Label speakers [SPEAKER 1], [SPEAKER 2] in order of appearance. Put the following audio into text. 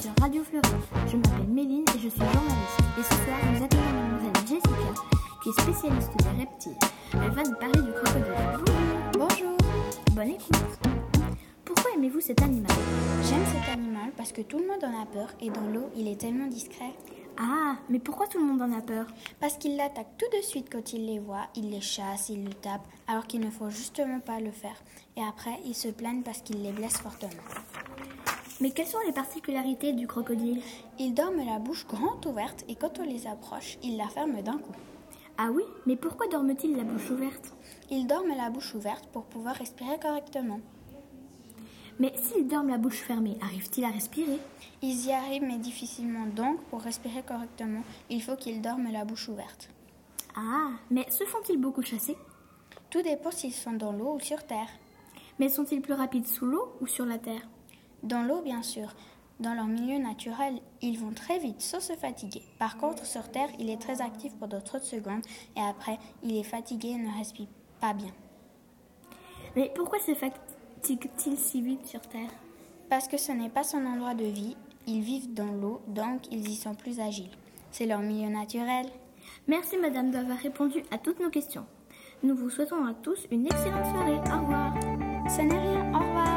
[SPEAKER 1] sur Radio Fleury. Je m'appelle Méline et je suis journaliste. Et ce soir, nous accueillons mademoiselle Jessica, qui est spécialiste des reptiles. Elle va nous parler du crocodile. Bonjour. Bonjour. Bonne écoute. Pourquoi aimez-vous cet animal
[SPEAKER 2] J'aime cet animal parce que tout le monde en a peur et dans l'eau, il est tellement discret.
[SPEAKER 1] Ah, mais pourquoi tout le monde en a peur
[SPEAKER 2] Parce qu'il l'attaque tout de suite quand il les voit, il les chasse, il le tape, alors qu'il ne faut justement pas le faire. Et après, ils se plaignent parce qu'il les blesse fortement.
[SPEAKER 1] Mais quelles sont les particularités du crocodile
[SPEAKER 2] Ils dorment la bouche grande ouverte et quand on les approche, ils la ferment d'un coup.
[SPEAKER 1] Ah oui, mais pourquoi dorment-ils la bouche ouverte
[SPEAKER 2] Ils dorment la bouche ouverte pour pouvoir respirer correctement.
[SPEAKER 1] Mais s'ils dorment la bouche fermée, arrivent-ils à respirer
[SPEAKER 2] Ils y arrivent mais difficilement donc pour respirer correctement, il faut qu'ils dorment la bouche ouverte.
[SPEAKER 1] Ah, mais se font-ils beaucoup chasser
[SPEAKER 2] Tout dépend s'ils sont dans l'eau ou sur terre.
[SPEAKER 1] Mais sont-ils plus rapides sous l'eau ou sur la terre
[SPEAKER 2] Dans l'eau bien sûr, dans leur milieu naturel, ils vont très vite sans se fatiguer. Par contre, sur terre, il est très actif pendant trop de secondes et après, il est fatigué et ne respire pas bien.
[SPEAKER 1] Mais pourquoi se fatiguent-ils si vite sur terre
[SPEAKER 2] Parce que ce n'est pas son endroit de vie, ils vivent dans l'eau, donc ils y sont plus agiles. C'est leur milieu naturel.
[SPEAKER 1] Merci madame d'avoir répondu à toutes nos questions. Nous vous souhaitons à tous une excellente soirée. Au revoir.
[SPEAKER 2] Ça n'est rien, au revoir